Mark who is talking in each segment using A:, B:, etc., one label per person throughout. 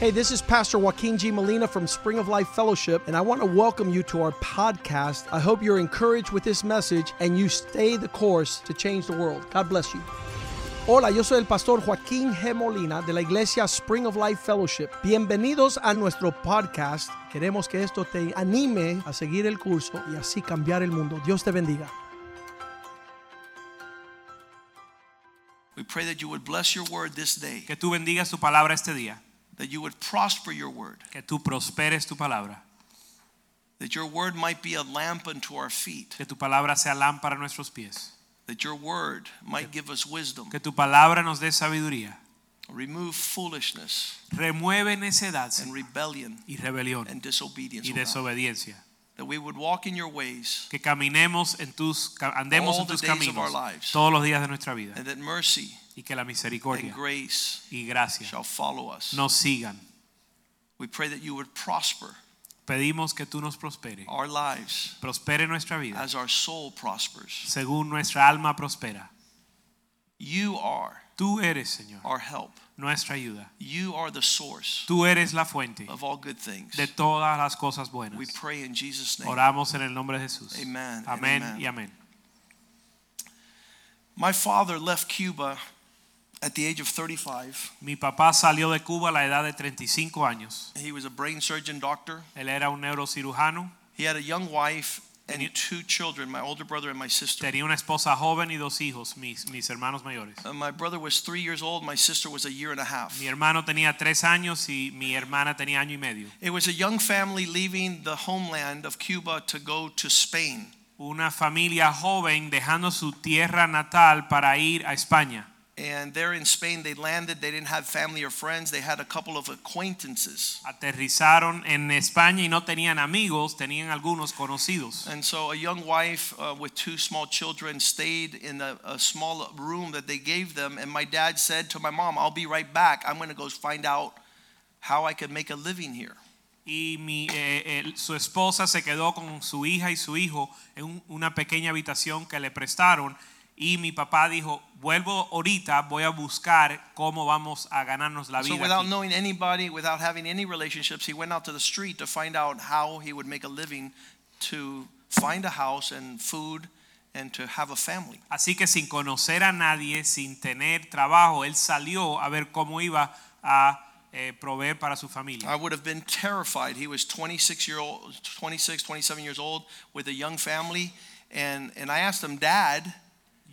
A: Hey, this is Pastor Joaquin G. Molina from Spring of Life Fellowship, and I want to welcome you to our podcast. I hope you're encouraged with this message and you stay the course to change the world. God bless you. Hola, yo soy el pastor Joaquín G. Molina de la iglesia Spring of Life Fellowship. Bienvenidos a nuestro podcast. Queremos que esto te anime a seguir el curso y así cambiar el mundo. Dios te bendiga.
B: We pray that you would bless your word this day,
C: Que tú bendigas tu palabra este día.
B: that you would prosper your word,
C: Que tú prosperes tu palabra.
B: that your word might be a lamp unto our feet,
C: Que tu palabra sea lámpara a nuestros pies.
B: that your word might give us wisdom,
C: Que tu palabra nos dé sabiduría.
B: remove foolishness
C: Remueve necedad
B: and
C: Señor,
B: rebellion
C: y rebelión
B: and disobedience,
C: y
B: O God.
C: desobediencia.
B: that we would walk in your ways,
C: Que caminemos en tus, ca- andemos
B: All
C: en
B: the
C: tus
B: days of
C: caminos
B: our lives.
C: todos los días de nuestra vida.
B: and that mercy
C: Y que la
B: and
C: misericordia
B: grace
C: y gracia
B: shall follow us.
C: nos sigan.
B: We pray that you would prosper
C: Pedimos que tú nos prospere.
B: our lives
C: Prospere nuestra vida
B: as our soul prospers.
C: según nuestra alma prospera.
B: You are
C: Tú eres, Señor,
B: our help,
C: nuestra ayuda.
B: you are the source
C: Tú eres la fuente
B: of all good things.
C: de todas las cosas buenas.
B: We pray in Jesus' name.
C: Oramos en el nombre de Jesús.
B: Amen,
C: Amén
B: amen.
C: y amén.
B: My father left Cuba at the age of 35.
C: Mi papá salió de Cuba a la edad de 35 años.
B: He was a brain surgeon doctor.
C: Él era un neurocirujano,
B: He had a young wife
C: And you-
B: and two children, my older brother and my sister.
C: tenía una esposa joven y dos hijos, mis, mis hermanos mayores.
B: Uh, My brother was three years old, my sister was a year and a half.
C: Mi hermano tenía tres años y mi hermana tenía año y medio.
B: It was a young family leaving the homeland of Cuba to go to Spain.
C: Una familia joven dejando su tierra natal para ir a España.
B: And there in Spain, they landed. They didn't have family or friends, they had a couple of acquaintances.
C: Aterrizaron en España y no tenían amigos, tenían algunos conocidos.
B: And so a young wife uh, with two small children stayed in a, a small room that they gave them. And my dad said to my mom, I'll be right back. I'm going to go find out how I can make a living here.
C: Y mi, eh, el- su esposa se quedó con su hija y su hijo en un- una pequeña habitación que le prestaron. Y mi papá dijo, vuelvo ahorita, voy a buscar cómo vamos a ganarnos la
B: So
C: vida.
B: without
C: aquí".
B: knowing anybody, without having any relationships, he went out to the street to find out how he would make a living to find a house and food and to have a family.
C: Así que sin conocer a nadie, sin tener trabajo, él salió a ver cómo iba a eh, proveer para su familia.
B: I would have been terrified. He was 26 year old, 26, 27 years old with a young family. And, and I asked him, Dad,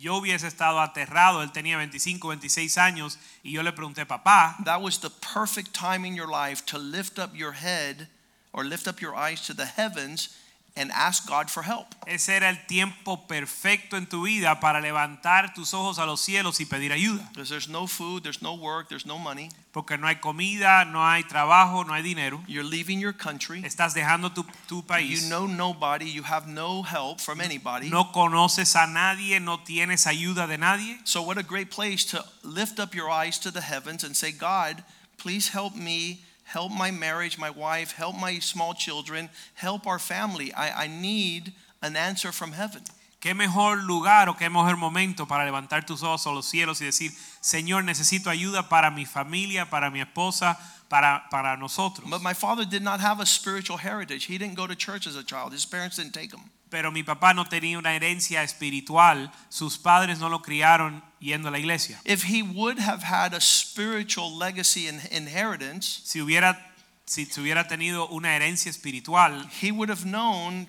C: Yo hubiese estado aterrado, él tenía 25, 26 años, y yo le pregunté, papá,
B: That was the perfect time in your life to lift up your head or lift up your eyes to the heavens and ask God for help.
C: ese era el tiempo perfecto en tu vida para levantar tus ojos a los cielos y pedir ayuda.
B: Because there's no food, there's no work, there's no money.
C: Porque no hay comida, no hay trabajo, no hay dinero.
B: You're leaving your country.
C: Estás dejando tu, tu país.
B: You know nobody. You have no help from anybody.
C: No conoces a nadie, no tienes ayuda de nadie.
B: So, what a great place to lift up your eyes to the heavens and say, God, please help me. Help my marriage, my wife, help my small children, help our family. I, I need an answer from heaven.
C: Qué mejor lugar o qué mejor momento para levantar tus ojos a los cielos y decir, Señor, necesito ayuda para mi familia, para mi esposa, para, para nosotros.
B: But my father did not have a spiritual heritage. He didn't go to church as a child. His parents didn't take him.
C: Pero mi papá no tenía una herencia espiritual. Sus padres no lo criaron yendo a la iglesia.
B: If he would have had a spiritual legacy and inheritance,
C: Si hubiera, si hubiera tenido una herencia espiritual,
B: he would have known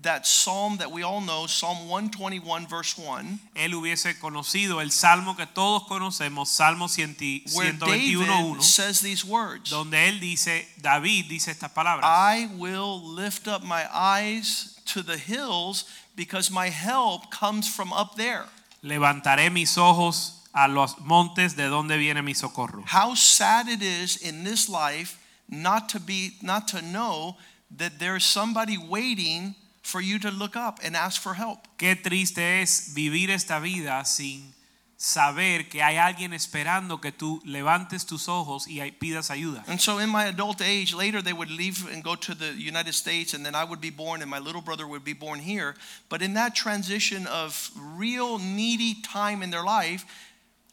B: that psalm that we all know, Psalm 121, verse 1,
C: él hubiese conocido el salmo que todos conocemos, Salmo 100
B: where David
C: 121.1,
B: says these words
C: donde él dice, David dice estas palabras,
B: I will lift up my eyes to the hills because my help comes from up there.
C: levantaré mis ojos a los montes de donde viene mi socorro.
B: How sad it is in this life not to be not to know that there's somebody waiting for you to look up and ask for help.
C: Qué triste es vivir esta vida sin saber que hay alguien esperando que tú levantes tus ojos y ahí pidas ayuda.
B: And so in my adult age later they would leave and go to the United States and then I would be born and my little brother would be born here, but in that transition of real needy time in their life,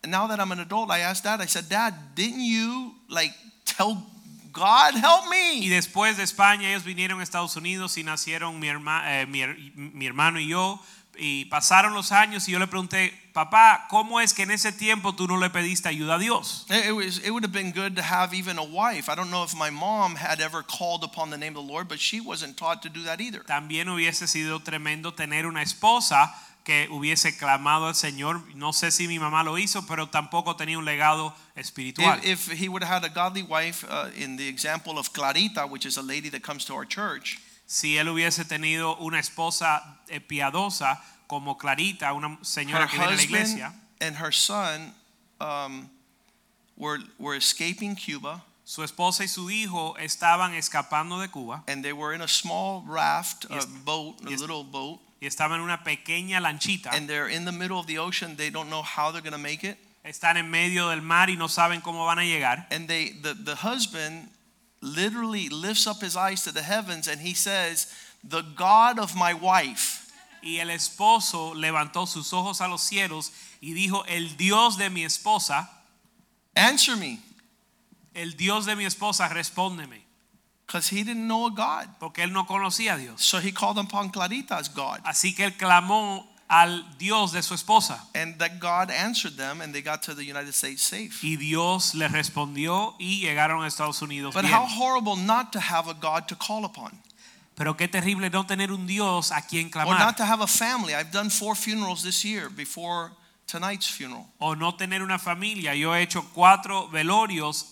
B: now that I'm an adult I asked dad I said dad, didn't you like tell God help
C: Y
B: me.
C: después de España ellos vinieron a Estados Unidos y nacieron mi, herma- eh, mi her- mi hermano y yo. Y pasaron los años y yo le pregunté, papá, ¿cómo es que en ese tiempo tú no le pediste ayuda a Dios?
B: It, it was, it would have been good to have even a wife. I don't know if my mom had ever called upon the name of the Lord, but she wasn't taught to do that either.
C: También hubiese sido tremendo tener una esposa que hubiese clamado al Señor. No sé si mi mamá lo hizo, pero tampoco tenía un legado espiritual.
B: If, if he would have had a godly wife, uh, in the example of Clarita, which is a lady that comes to our church,
C: si él hubiese tenido una esposa eh, piadosa como Clarita, una
B: her
C: señora que viene a la
B: husband
C: iglesia,
B: and her son um, were, were escaping Cuba,
C: su esposa y su hijo estaban escapando de Cuba
B: and they were in a small raft,
C: Yes.
B: a boat, a
C: Yes.
B: little boat,
C: y estaban en una pequeña lanchita.
B: and they're in the middle of the ocean. They don't know how they're going to make it.
C: Están en medio del mar y no saben cómo van a llegar.
B: And they, the, the husband literally lifts up his eyes to the heavens and he says, The God of my wife.
C: Y el esposo levantó sus ojos a los cielos y dijo, el Dios de mi esposa,
B: Answer me.
C: el Dios de mi esposa, respóndeme.
B: Because he didn't know a God.
C: Porque él no conocía a Dios.
B: So he called upon Clarita as God.
C: Así que él clamó al Dios de su esposa.
B: And that God answered them and they got to the United States safe.
C: Y Dios le respondió y llegaron a Estados Unidos.
B: But
C: bien.
B: how horrible not to have a God to call upon
C: Pero qué terrible no tener un Dios a quien
B: or
C: clamar.
B: not to have a family. I've done four funerals this year before tonight's funeral.
C: o no tener una familia. Yo he hecho cuatro velorios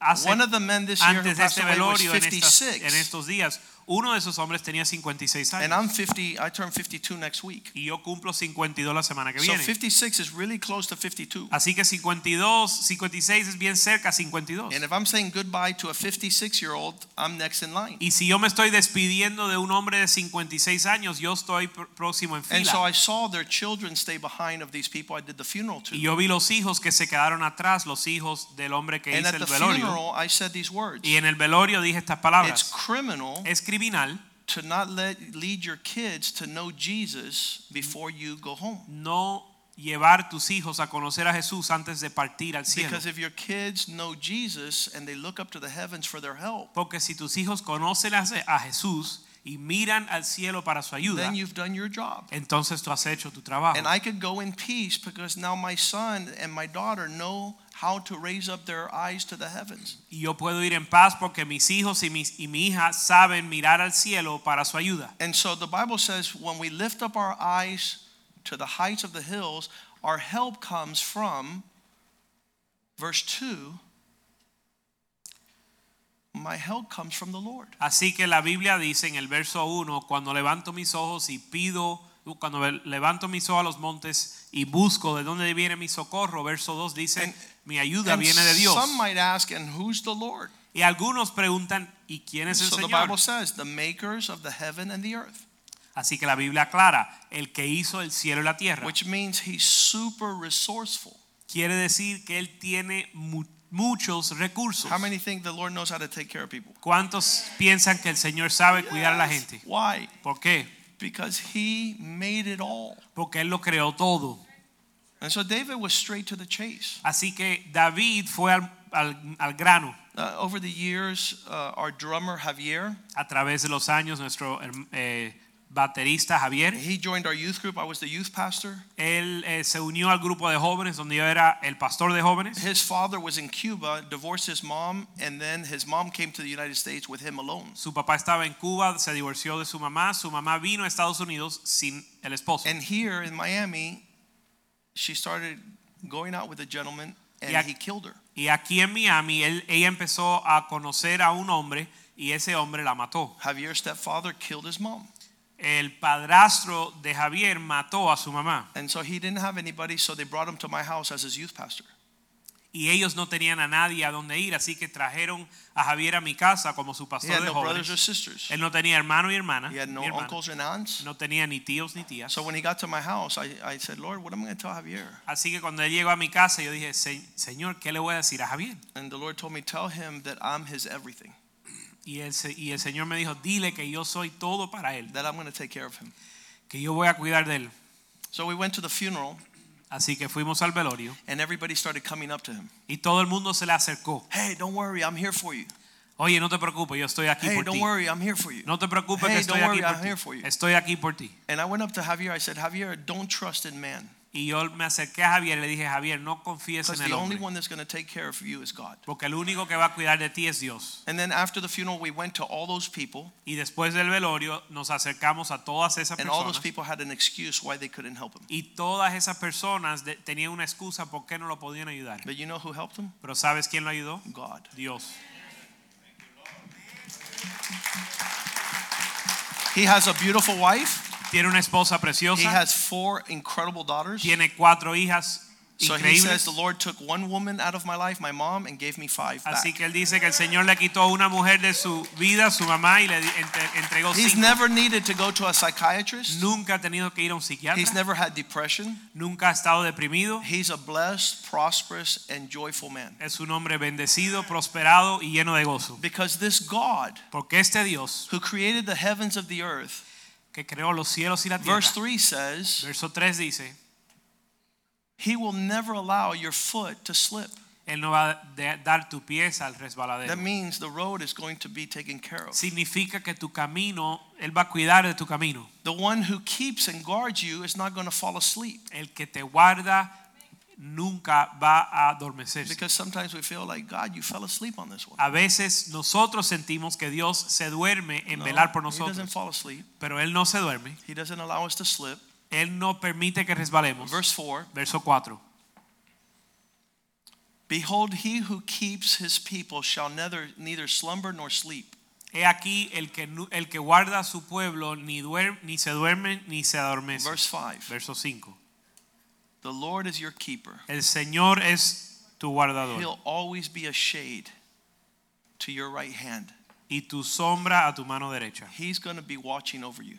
C: hace,
B: One of the men this year who
C: Ah, antes de
B: passed
C: este
B: away was
C: velorio en, estas- en
B: 56.
C: estos días. Uno de esos hombres tenía 56
B: And
C: años.
B: I'm 50, I turn 52 next week.
C: Y yo cumplo 52 la semana que
B: So
C: viene.
B: 56 is really close to 52.
C: Así que 52, 56 es bien cerca, 52.
B: And if I'm saying goodbye to a 56 year old, I'm next in line.
C: Y si yo me estoy despidiendo de un hombre de 56 años, yo estoy pr- próximo en
B: And so
C: fila.
B: I saw their children stay behind of these people I did the funeral
C: Y
B: to.
C: yo vi los hijos que se quedaron atrás, los hijos del hombre que
B: And
C: hizo
B: at
C: el
B: the
C: velorio.
B: funeral, I said these words
C: Y en el velorio dije estas
B: It's
C: palabras.
B: criminal
C: Es criminal
B: to not let, lead your kids to know Jesus before you go home.
C: no llevar tus hijos a conocer a Jesús antes de partir al cielo.
B: Because if your kids know Jesus and they look up to the heavens for their help,
C: Porque si tus hijos conocen a a Jesús y miran al cielo para su ayuda,
B: then you've done your job.
C: entonces tú has hecho tu trabajo.
B: And I could go in peace because now my son and my daughter know how to raise up their eyes to the heavens.
C: Y yo puedo ir en paz porque mis hijos y, mis, y mi hija saben mirar al cielo para su ayuda.
B: And so the Bible says, when we lift up our eyes to the heights of the hills, our help comes from, verse 2, my help comes from the Lord.
C: Así que la Biblia dice en el verso 1, cuando levanto mis ojos y pido, cuando levanto mis ojos a los montes y busco de dónde viene mi socorro, verso 2 dice,
B: And-
C: mi ayuda
B: And
C: viene de Dios.
B: some might ask, and who's the Lord?
C: Y algunos preguntan, ¿y quién es el
B: so the
C: Señor?
B: Bible says, the makers of the heaven and the earth,
C: Así que la Biblia aclara, el que hizo el cielo y la tierra.
B: which means he's super resourceful.
C: Quiere decir que él tiene mu- muchos recursos.
B: How many think the Lord knows how to take care of people?
C: ¿Cuántos piensan que el Señor sabe cuidar a la
B: Yes.
C: gente?
B: Why?
C: ¿Por qué?
B: Because he made it all.
C: Porque él lo creó todo.
B: And so David was straight to the chase.
C: Así que David fue al, al- al grano.
B: Uh, over the years, uh, our drummer Javier,
C: A través de los años, nuestro herm- eh, baterista Javier,
B: he joined our youth group. I was the youth pastor.
C: él eh, se unió al grupo de jóvenes donde yo era el pastor de jóvenes.
B: His father was in Cuba, divorced his mom, and then his mom came to the United States with him alone.
C: Su papá estaba en Cuba, se divorció de su mamá, su mamá vino a Estados Unidos sin el esposo.
B: And here in Miami, she started going out with a gentleman, and
C: Yeah.
B: he killed her.
C: Y aquí en Miami, él- ella empezó a conocer a un hombre y ese hombre la mató.
B: Javier's stepfather killed his mom.
C: El padrastro de Javier mató a su mamá
B: And so he didn't have anybody, so they brought him to my house as his youth pastor.
C: y ellos no tenían a nadie a dónde ir, así que trajeron a Javier a mi casa como su
B: He
C: pastor
B: had
C: de
B: no brothers or
C: jóvenes.
B: sisters,
C: Él no tenía hermano y hermana.
B: he had no
C: ni hermana.
B: uncles and aunts.
C: No tenía ni tíos ni tías.
B: So when he got to my house, I, I said, Lord, what am I going to tell Javier?
C: así que cuando él llegó a mi casa, yo dije, "Se- Señor, ¿qué le voy a decir a Javier?
B: And the Lord told me, Tell him that I'm his everything,
C: Y el, se- y el Señor me dijo, dile que yo soy todo para él,
B: that I'm going to take care of him.
C: que yo voy a cuidar de él.
B: So we went to the funeral,
C: Así que fuimos al velorio
B: and everybody started coming up to him.
C: y todo el mundo se le acercó.
B: Hey, don't worry, I'm here for you.
C: Oye, no te preocupes, yo estoy aquí
B: Hey,
C: por
B: don't
C: ti.
B: worry, I'm here for you.
C: No te preocupes
B: Hey,
C: que estoy
B: don't
C: aquí
B: worry, I'm here
C: por
B: for
C: ti.
B: you.
C: Estoy aquí por ti.
B: And I went up to Javier. I said, Javier, don't trust in man.
C: Y yo me acerqué a Javier y le dije, Javier, no confíes
B: Because
C: en
B: the
C: el
B: only
C: hombre.
B: one that's going to take care of you is God.
C: Porque el único que va a cuidar de ti es Dios.
B: And then after the funeral, we went to all those people,
C: Y después del velorio nos acercamos a todas esas
B: and all those
C: personas.
B: people had an excuse why they couldn't help him.
C: Y todas esas personas de- tenían una excusa por qué no lo podían ayudar.
B: But you know who helped him?
C: Pero ¿sabes quién lo ayudó?
B: God.
C: Dios.
B: He has a beautiful wife.
C: Tiene una esposa
B: He
C: preciosa.
B: has four incredible daughters.
C: Tiene cuatro hijas
B: So he
C: increíbles.
B: says, The Lord took one woman out of my life, my mom, and gave me five back.
C: Así que él dice que el Señor le quitó una mujer de su vida, su mamá, y le di- entre- entregó
B: He's
C: cinco.
B: never needed to go to a psychiatrist.
C: Nunca ha tenido que ir a un psiquiatra.
B: He's never had depression.
C: Nunca ha estado deprimido.
B: He's a blessed, prosperous, and joyful man.
C: Es un hombre bendecido, prosperado y lleno de gozo.
B: Because this God
C: Porque este Dios
B: who created the heavens of the earth,
C: que creó los cielos y la tierra,
B: verse 3 says,
C: verso 3 dice,
B: He will never allow your foot to slip.
C: Él no va a de- dar tu pies al resbaladero.
B: That means the road is going to be taken care of.
C: Significa que tu camino, Él va a cuidar de tu camino.
B: The one who keeps and guards you is not going to fall asleep.
C: El que te guarda nunca va a adormecerse.
B: Because sometimes we feel like, God, you fell asleep on this one.
C: A veces nosotros sentimos que Dios se duerme en
B: No,
C: velar por
B: he doesn't
C: nosotros,
B: fall asleep.
C: pero Él no se duerme.
B: He doesn't allow us to slip.
C: Él no permite que resbalemos.
B: Verse 4
C: Verso 4.
B: Behold, he who keeps his people shall neither, neither slumber nor sleep.
C: He aquí el que, nu- el que guarda a su pueblo ni, duer- ni se duerme ni se adormece.
B: Verse 5
C: Verso 5.
B: The Lord is your keeper,
C: El Señor es tu guardador
B: he'll always be a shade to your right hand.
C: y tu sombra a tu mano derecha.
B: He's going to be watching over you.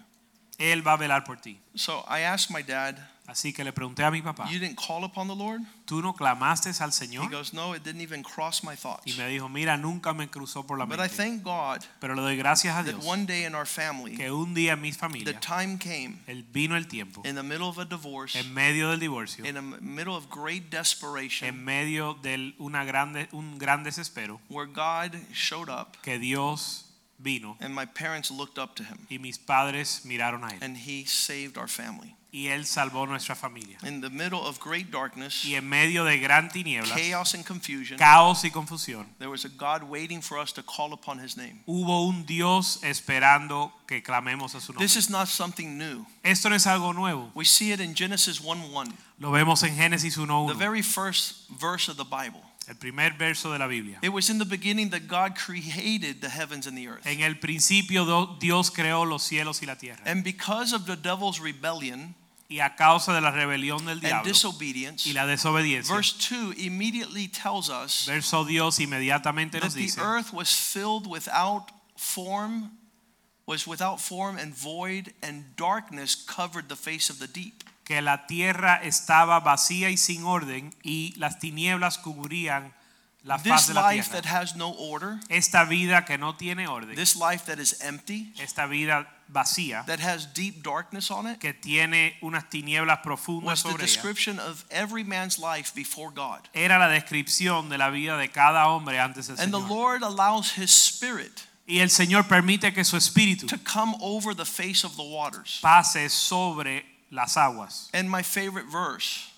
C: Él va a velar por ti.
B: So I asked my dad,
C: Así que le pregunté a mi papá,
B: You didn't call upon the Lord?
C: ¿tú no clamaste al
B: He
C: Señor?
B: goes, No, it didn't even cross my
C: Y
B: thoughts.
C: me dijo, mira, nunca me cruzó por la
B: But I
C: mente.
B: thank God
C: Pero le doy gracias a
B: that
C: Dios
B: one day in our family,
C: que un día en mi
B: the
C: familia
B: time came
C: Él vino el tiempo,
B: in the middle of a divorce,
C: en medio del divorcio,
B: in the middle of great
C: en
B: desperation,
C: medio de una grande, un gran desespero,
B: where God showed up
C: que Dios vino
B: and my parents looked up to him.
C: y mis padres miraron a Él.
B: and he saved our family.
C: Y Él salvó nuestra familia.
B: In the middle of great darkness,
C: Y en medio de gran tiniebla,
B: chaos and confusion,
C: caos y confusión,
B: there was a God waiting for us to call upon his name.
C: hubo un Dios esperando que clamemos a su nombre.
B: This is not something new.
C: Esto no es algo nuevo.
B: We see it in Genesis 1:1,
C: Lo vemos en Génesis
B: the
C: 1.1,
B: very first verse of the Bible.
C: el primer verso de la Biblia.
B: It was in the beginning that God created the heavens and the earth.
C: En el principio do- Dios creó los cielos y la tierra.
B: And because of the devil's rebellion
C: Y a causa de la rebelión del
B: and
C: diablo
B: disobedience,
C: y la desobediencia,
B: verse 2 immediately tells us
C: verso Dios inmediatamente
B: that
C: nos
B: the
C: dice
B: earth was filled without form, was without form and void, and darkness covered the face of the deep.
C: que la tierra estaba vacía y sin orden y las tinieblas cubrían la faz
B: This
C: de la
B: life that
C: tierra.
B: has no order,
C: Esta vida que no tiene orden,
B: this life that is empty,
C: esta vida vacía
B: that has deep darkness on it,
C: que tiene unas tinieblas profundas
B: was the
C: sobre ella,
B: description of every man's life before God.
C: era la descripción de la vida de cada hombre antes del
B: And the
C: Señor.
B: Lord allows His Spirit
C: Y el Señor permite que su espíritu
B: to come over the face of the waters.
C: pase sobre las aguas.
B: And my favorite verse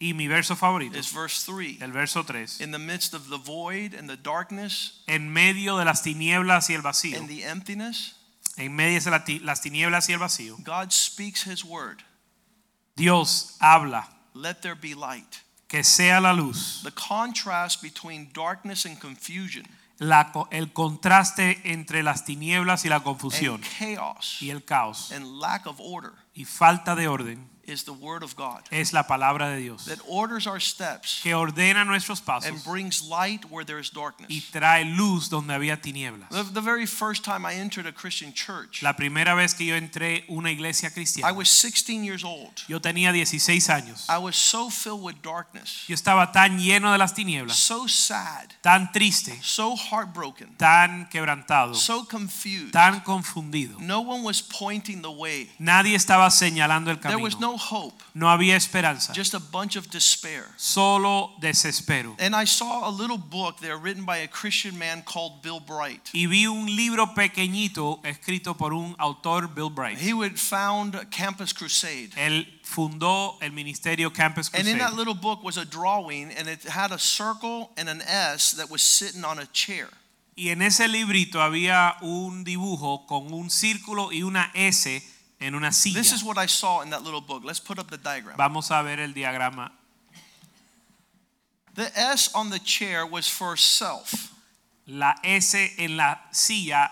C: Y mi verso favorito,
B: is verse 3.
C: el verso 3,
B: In the midst of the void and the darkness
C: en medio de las tinieblas y el vacío,
B: and the emptiness,
C: en medio de la ti- las tinieblas y el vacío,
B: God speaks His word.
C: Dios habla
B: Let there be light.
C: que sea la luz,
B: The contrast between darkness and confusion
C: la co- el contraste entre las tinieblas y la confusión
B: and chaos
C: y el caos
B: and lack of order
C: y falta de orden
B: is the word of God
C: es la palabra de Dios
B: that orders our steps
C: que ordena nuestros
B: and
C: pasos
B: brings light where there is
C: y
B: darkness.
C: trae luz donde había tinieblas.
B: The, the very first time I entered a Christian church,
C: La primera vez que yo entré a una iglesia
B: I
C: cristiana,
B: was 16 years old.
C: yo tenía 16 años.
B: I was so filled with darkness,
C: Yo estaba tan lleno de las tinieblas,
B: so sad,
C: tan triste,
B: so heartbroken,
C: tan quebrantado,
B: so confused.
C: tan confundido.
B: No one was pointing the way.
C: Nadie estaba estaba señalando el
B: There
C: camino.
B: was no hope,
C: No había esperanza,
B: just Eh. a bunch of despair.
C: solo desespero.
B: And I saw a little book there written by a Christian man called Bill Bright.
C: Y vi un libro pequeñito escrito por un autor, Bill Bright.
B: He would found Campus Crusade.
C: Él fundó el ministerio Campus
B: And in
C: Crusade.
B: that little book was a drawing, and it had a circle and an S that was sitting on a chair.
C: Y en ese librito había un dibujo con un círculo y una S en una silla.
B: This is what I saw in that little book. Let's put up the diagram.
C: Vamos a ver el diagrama.
B: The S on the chair was for self.
C: La S en la silla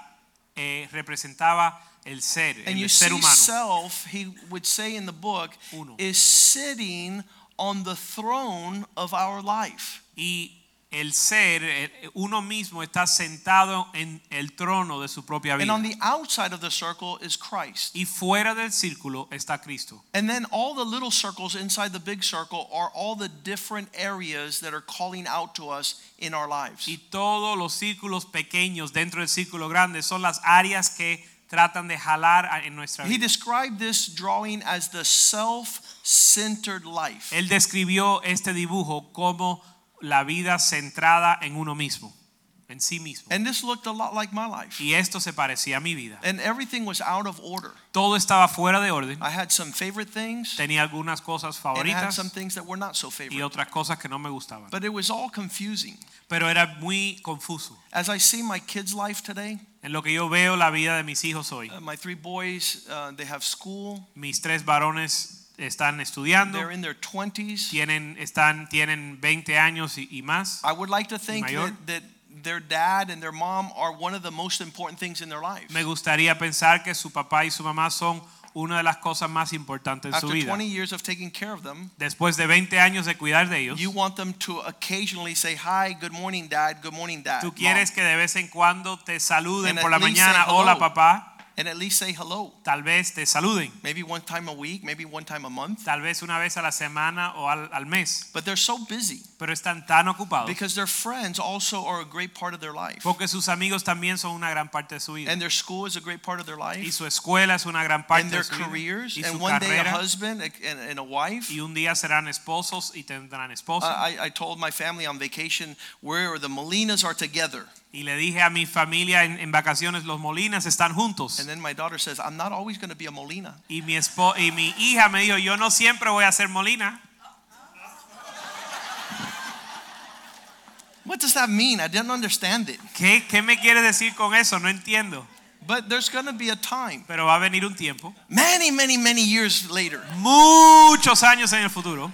C: eh, representaba el ser,
B: And you
C: el ser
B: see,
C: humano.
B: self, he would say in the book,
C: Uno.
B: is sitting on the throne of our life.
C: Y el ser, eh, uno mismo está sentado en el trono de su propia
B: And
C: vida.
B: on the outside of the circle is Christ.
C: Y fuera del círculo está Cristo.
B: And then all the little circles inside the big circle are all the different areas that are calling out to us in our lives.
C: Y todos los círculos pequeños dentro del círculo grande son las áreas que tratan de jalar a- en nuestra
B: He
C: vida.
B: described this drawing as the self centered life.
C: Él describió este dibujo como la vida centrada en uno mismo, en sí mismo.
B: And this looked a lot like my life.
C: Y esto se parecía a mi vida.
B: And everything was out of order.
C: Todo estaba fuera de orden.
B: I had some favorite things,
C: Tenía algunas cosas
B: and I had some
C: favoritas
B: things that were not so favorite.
C: y otras cosas que no me gustaban.
B: But it was all confusing.
C: Pero era muy confuso.
B: As I see my kids' life today,
C: En lo que yo veo la vida de mis hijos hoy.
B: uh, my three boys, uh, they have school,
C: Mis tres varones están estudiando,
B: they're in their 20s.
C: tienen, están, tienen 20 años y, y más.
B: I would like to think
C: Mayor.
B: that, that their dad and their mom are one of the most important things in their life.
C: Me gustaría pensar que su papá y su mamá son una de las cosas más importantes de su
B: After
C: vida.
B: 20 years of taking care of them,
C: Después de 20 años de cuidar de ellos,
B: You want them to occasionally say, Hi, good morning, Dad, good morning, Dad.
C: tú
B: Mom,"
C: quieres que de vez en cuando te saluden
B: And
C: por
B: at
C: la
B: least say
C: mañana,
B: hello.
C: hola papá,
B: and at least say hello.
C: tal vez te saluden,
B: Maybe one time a week, maybe one time a month.
C: tal vez una vez a la semana o al, al mes,
B: But they're so busy
C: pero están tan ocupados
B: because their friends also are a great part of their life.
C: porque sus amigos también son una gran parte de su vida.
B: And their school is a great part of their
C: y
B: life.
C: su escuela es una gran parte
B: And
C: de
B: their
C: su vida.
B: careers.
C: y
B: And
C: su
B: one day a
C: carrera
B: husband and, and a wife.
C: y un día serán esposos y tendrán esposos
B: Uh, I, I- I told my family on vacation, where the Molinas are together.
C: y le dije a mi familia en, en vacaciones los Molinas están juntos
B: And then my daughter says, I'm not always going to be a Molina.
C: y mi espo- y mi hija me dijo yo no siempre voy a ser Molina
B: What does that mean? I didn't understand it.
C: ¿Qué, ¿Qué me quiere decir con eso? No entiendo.
B: But there's going to be a time,
C: Pero va a venir un tiempo,
B: many, many, many years later.
C: muchos años en el futuro,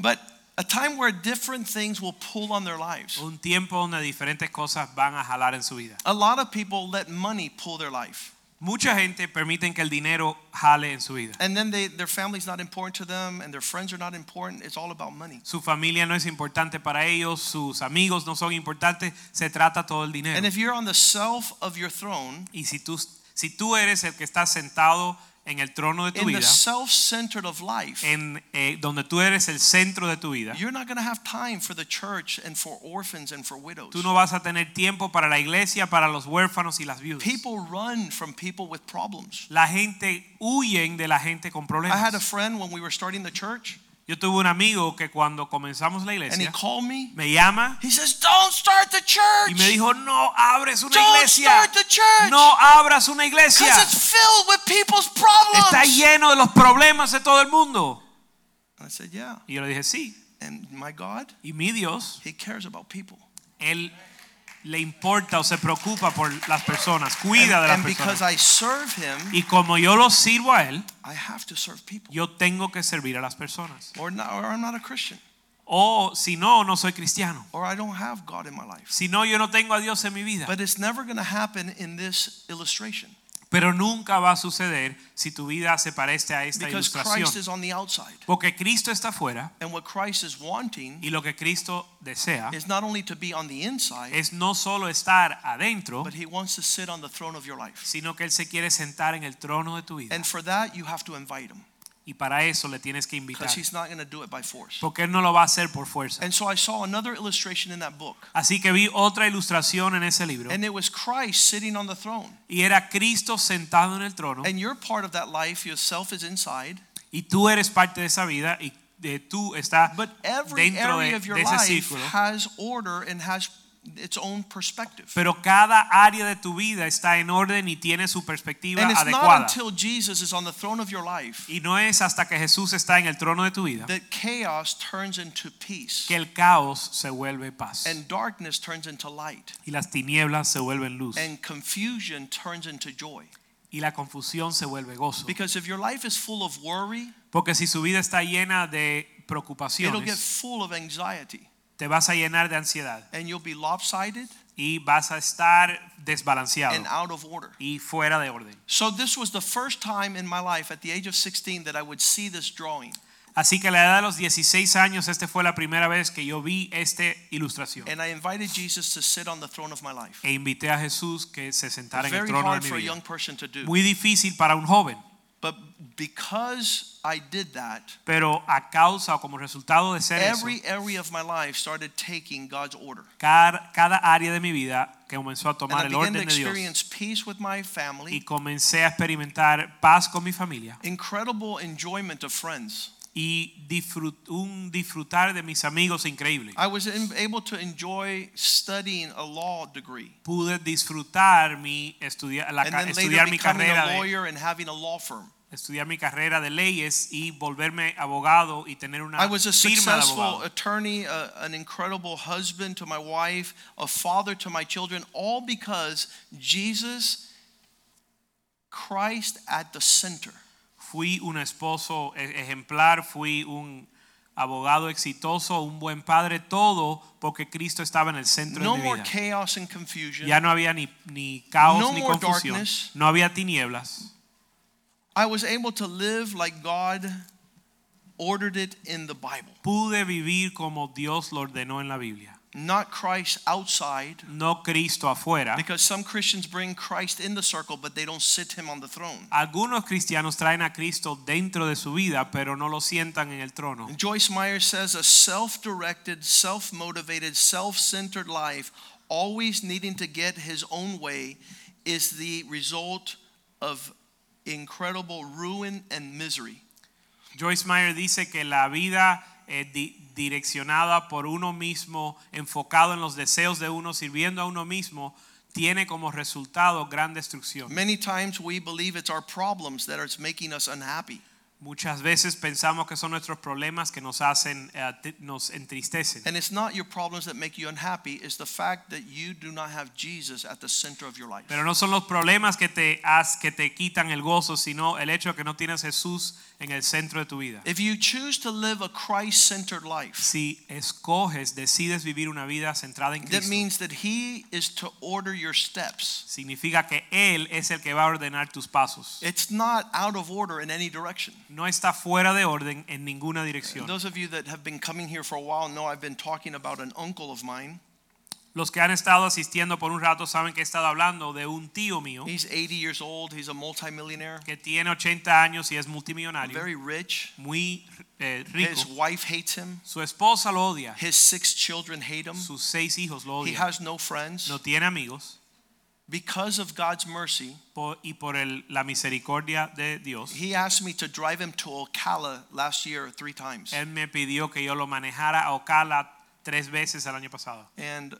B: But a time where different things will pull on their lives.
C: un tiempo donde diferentes cosas van a jalar en su vida.
B: A lot of people let money pull their life.
C: Mucha gente permiten que el dinero jale en su vida.
B: And then they, their family's not important to them and their friends are not important. It's all about money.
C: Su familia no es importante para ellos, sus amigos no son importantes, se trata todo el
B: And
C: dinero.
B: if you're on the self of your throne,
C: Y si tú, si tú eres el que está sentado en el trono de tu
B: in the
C: vida,
B: self centered of life,
C: en, eh, donde tú eres el centro de tu vida,
B: you're not going to have time for the church and for orphans and for widows.
C: tú no vas a tener tiempo para la iglesia, para los huérfanos y las viudas.
B: People run from people with problems.
C: La gente huyen de la gente con
B: I had a
C: problemas.
B: friend when we were starting the church,
C: Yo tuve un amigo que cuando comenzamos la
B: and he
C: iglesia
B: called me.
C: me llama
B: He says, Don't start the church!
C: y me dijo, "No abres una
B: Don't
C: iglesia.
B: start the church!
C: No abras una iglesia.
B: Because it's filled with people's problems.
C: Está lleno de los problemas de todo el mundo."
B: I said, yeah.
C: Y yo le dije, "Sí,
B: And my God,
C: y mi Dios,
B: He cares about people.
C: él le importa o se preocupa por las personas,
B: And,
C: cuida de las
B: and because
C: personas."
B: I serve Him,
C: Y como yo lo sirvo a él,
B: I have to serve people.
C: yo tengo que servir a las personas.
B: Or, not, or I'm not a Christian.
C: O si no, no soy cristiano.
B: Or I don't have God in my life.
C: Si no, yo no tengo a Dios en mi vida.
B: But it's never going to happen in this illustration
C: Pero nunca va a suceder si tu vida se parece a esta
B: because
C: ilustración.
B: Christ is on the outside.
C: Porque Cristo está fuera
B: And what Christ is wanting
C: y lo que Cristo desea
B: is not only to be on the inside,
C: es no solo estar adentro,
B: but He wants to sit on the throne of your life.
C: sino que Él se quiere sentar en el trono de tu vida.
B: And for that, you have to invite Him.
C: y para eso le tienes que invitar.
B: because he's not going to do it by force.
C: Porque él no lo va a hacer por fuerza.
B: And so I saw another illustration in that book,
C: Así que vi otra ilustración en ese libro
B: and it was Christ sitting on the throne.
C: y era Cristo sentado en el trono
B: And you're part of that life, yourself is inside,
C: y tú eres parte de esa vida y eh, tú estás
B: but every
C: dentro de,
B: area of your
C: de ese
B: life
C: círculo.
B: has order and has its own perspective.
C: Pero cada área de tu vida está en orden y tiene su perspectiva
B: And it's not
C: adecuada.
B: until Jesus is on the throne of your life
C: Y no es hasta que Jesús está en el trono de tu vida
B: that chaos turns into peace
C: que el caos se vuelve paz
B: and darkness turns into light
C: y las tinieblas se vuelven luz
B: and confusion turns into joy.
C: y la confusión se vuelve gozo.
B: Because if your life is full of worry,
C: Porque si su vida está llena de
B: it'll get
C: preocupaciones,
B: full of anxiety
C: te vas a llenar de ansiedad
B: and you'll be lopsided
C: y vas a estar desbalanceado
B: and out of order.
C: y fuera de orden.
B: So this was the first time in my life at the age of 16 that I would see this drawing.
C: Así que a la edad de los 16 años, esta fue la primera vez que yo vi esta ilustración.
B: And I invited Jesus to sit on the throne of my life.
C: E invité a Jesús que se sentara en el
B: Very
C: trono de
B: hard
C: mi
B: for a
C: vida.
B: young person to do.
C: Muy difícil para un joven,
B: But because I did that,
C: pero a causa o como resultado de ser eso,
B: every area of my life started taking God's order.
C: cada, cada área de mi vida que comenzó a
B: And
C: tomar
B: I
C: el
B: began
C: orden
B: to
C: de Dios
B: experience peace with my
C: y
B: family,
C: comencé a experimentar paz con mi familia
B: incredible enjoyment of friends.
C: y disfrut- un disfrutar de mis amigos increíble.
B: I was in- able to enjoy studying a law degree
C: Pude disfrutar mi estudia- la
B: and
C: ca-
B: then later
C: estudiar mi
B: becoming
C: carrera
B: a
C: de
B: lawyer and having a law firm.
C: estudiar mi carrera de leyes y volverme abogado y tener una
B: I was a
C: firma de
B: successful
C: abogado.
B: attorney, a, an incredible husband to my wife, a father to my children, all because Jesus, Christ at the center.
C: Fui un esposo e- ejemplar, fui un abogado exitoso, un buen padre, todo porque Cristo estaba en el centro
B: No
C: de mi
B: more
C: vida.
B: chaos and confusion.
C: Ya no había ni, ni caos
B: No
C: ni
B: more
C: confusión,
B: darkness.
C: no había tinieblas.
B: I was able to live like God ordered it in the Bible,
C: Pude vivir como Dios lo ordenó en la Biblia.
B: not Christ outside.
C: No Cristo afuera.
B: Because some Christians bring Christ in the circle, but they don't sit him on the throne.
C: Algunos cristianos traen a Cristo dentro de su vida, pero no lo sientan en el trono.
B: Joyce Meyer says a self directed, self motivated, self centered life, always needing to get his own way, is the result of incredible ruin and misery.
C: Joyce Meyer dice que la vida eh, di- direccionada por uno mismo, enfocado en los deseos de uno, sirviendo a uno mismo, tiene como resultado gran destrucción.
B: Many times we believe it's our problems that are making us unhappy.
C: Muchas veces pensamos que son nuestros problemas que nos hacen, eh, te- nos entristecen.
B: And it's not your problems that make you unhappy, it's the fact that you do not have Jesus at the center of your life.
C: Pero no son los problemas que te, haz, que te quitan el gozo, sino el hecho de que no tienes a Jesús en el centro de tu vida.
B: If you choose to live a Christ centered life,
C: Si escoges, decides vivir una vida centrada en
B: that
C: Cristo,
B: means that He is to order your steps.
C: significa que Él es el que va a ordenar tus pasos.
B: It's not out of order in any direction.
C: no está fuera de orden en ninguna dirección.
B: Those of you that have been coming here for a while know I've been talking about an uncle of mine.
C: Los que han estado asistiendo por un rato saben que he estado hablando de un tío mío
B: He's 80 years old, he's a multimillionaire,
C: que tiene 80 años y es multimillonario,
B: very rich.
C: muy eh, rico.
B: His wife hates him,
C: Su esposa lo odia,
B: his six children hate him,
C: sus seis hijos lo
B: he
C: odian,
B: has no friends.
C: oh, no tiene amigos
B: Because of God's mercy,
C: po- y por el- la misericordia de Dios,
B: he asked me to drive him to Ocala last year three times.
C: él me pidió que yo lo manejara a Ocala tres veces el año pasado.
B: And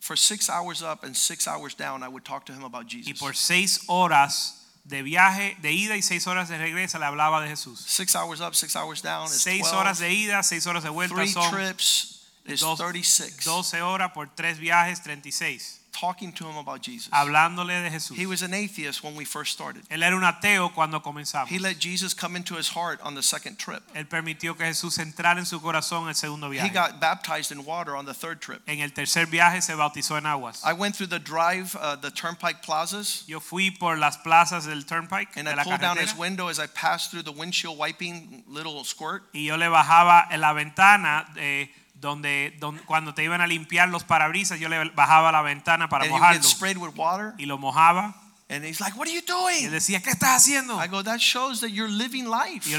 B: for six hours up and six hours down, I would talk to him about
C: Y por
B: Jesus.
C: seis horas de viaje, de ida y seis horas de regreso, le hablaba de Jesús.
B: Six hours up, six hours down is
C: Seis
B: 12.
C: horas de ida, seis horas de vuelta
B: three
C: son
B: trips is
C: Dos-
B: 36
C: 12 horas por tres viajes, 36.
B: talking to him about jesus
C: Hablándole de Jesús.
B: he was an atheist when we first started
C: Él era un ateo cuando comenzamos.
B: he let jesus come into his heart on the second trip
C: Él permitió que Jesús entrara en su corazón el segundo
B: he
C: viaje.
B: got baptized in water on the third trip
C: En el tercer viaje se bautizó en aguas.
B: i went through the drive uh, the turnpike plazas
C: Yo fui por las plazas del Turnpike,
B: and
C: de
B: i
C: la
B: pulled down his
C: carretera,
B: window as i passed through the windshield wiping little squirt
C: y yo le bajaba en la ventana eh, donde, don- cuando te iban a limpiar los parabrisas, yo le bajaba la ventana para
B: and he would get
C: mojarlo
B: sprayed with water
C: y lo mojaba
B: And he's like, What are you
C: Y él
B: doing?
C: decía, ¿qué estás haciendo?
B: I go, That shows that you're living
C: Y yo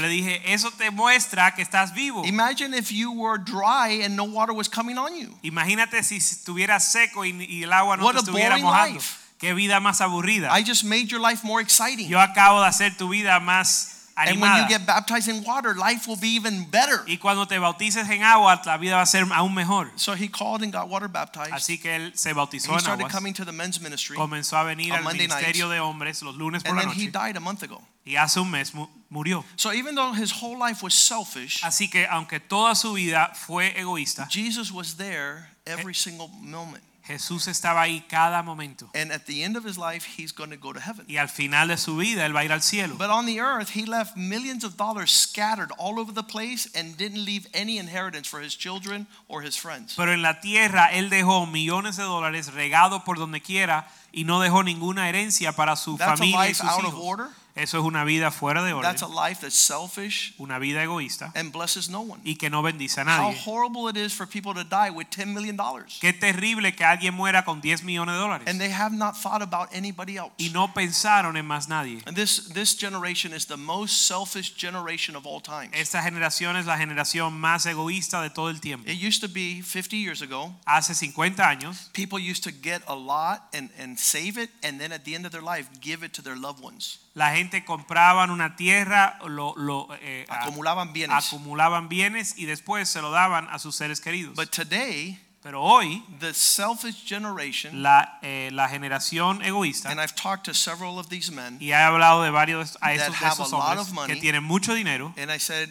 B: life.
C: le dije, eso te muestra que estás vivo.
B: Imagine if you were dry and no water was coming on you.
C: Imagínate si estuvieras seco y, y el agua no
B: What
C: te
B: a
C: estuviera
B: boring
C: mojando.
B: life.
C: Qué vida más aburrida.
B: I just made your life more exciting.
C: Yo acabo de hacer tu vida más
B: And when
C: animada.
B: you get baptized in water, life will be even better.
C: y cuando te bautices en agua, la vida va a ser aún mejor.
B: So he called and got water baptized.
C: Así que él se
B: And
C: bautizó
B: he
C: en
B: started
C: agua.
B: coming to the men's ministry.
C: Comenzó a venir
B: on
C: al
B: Monday
C: ministerio de hombres los lunes por
B: And
C: la
B: then he
C: noche.
B: died a month ago.
C: Y hace un mes mu- murió.
B: So even though his whole life was selfish,
C: Así que aunque toda su vida fue egoísta,
B: Jesus was there every
C: Eh.
B: single moment.
C: Jesús estaba ahí cada momento.
B: And at the end of his life, he's going to go to heaven.
C: Y al final de su vida él va a ir al cielo.
B: But on the earth, he left millions of dollars scattered all over the place and didn't leave any inheritance for his children or his friends.
C: Pero en la tierra él dejó millones de dólares regados por donde quiera y no dejó ninguna herencia para su
B: That's a
C: familia y
B: life
C: sus
B: out of
C: hijos.
B: order.
C: Eso es una vida fuera de orden,
B: That's a life that's selfish
C: una vida egoísta
B: and blesses no one.
C: y que no bendice a
B: How
C: nadie.
B: horrible it is for people to die with $10 million
C: Qué terrible que alguien muera con 10 millones de dólares
B: and they have not thought about anybody else.
C: y no pensaron en más nadie.
B: And this, this generation is the most selfish generation of all time.
C: Esta generación es la generación más egoísta de todo el tiempo.
B: It used to be 50 years ago,
C: Hace 50 años
B: people used to get a lot and, and save it, and then at the end of their life, give it to their loved ones.
C: la gente compraban una tierra, lo, lo, eh, a-
B: Acumulaban bienes.
C: acumulaban bienes y después se lo daban a sus seres queridos.
B: But today,
C: Pero hoy
B: the selfish generation,
C: la, eh, la generación egoísta,
B: and I've talked to several of these men,
C: y he hablado de varios a
B: That
C: esos, de
B: have
C: esos
B: a lot
C: hombres
B: of money.
C: que tienen mucho dinero,
B: and I said,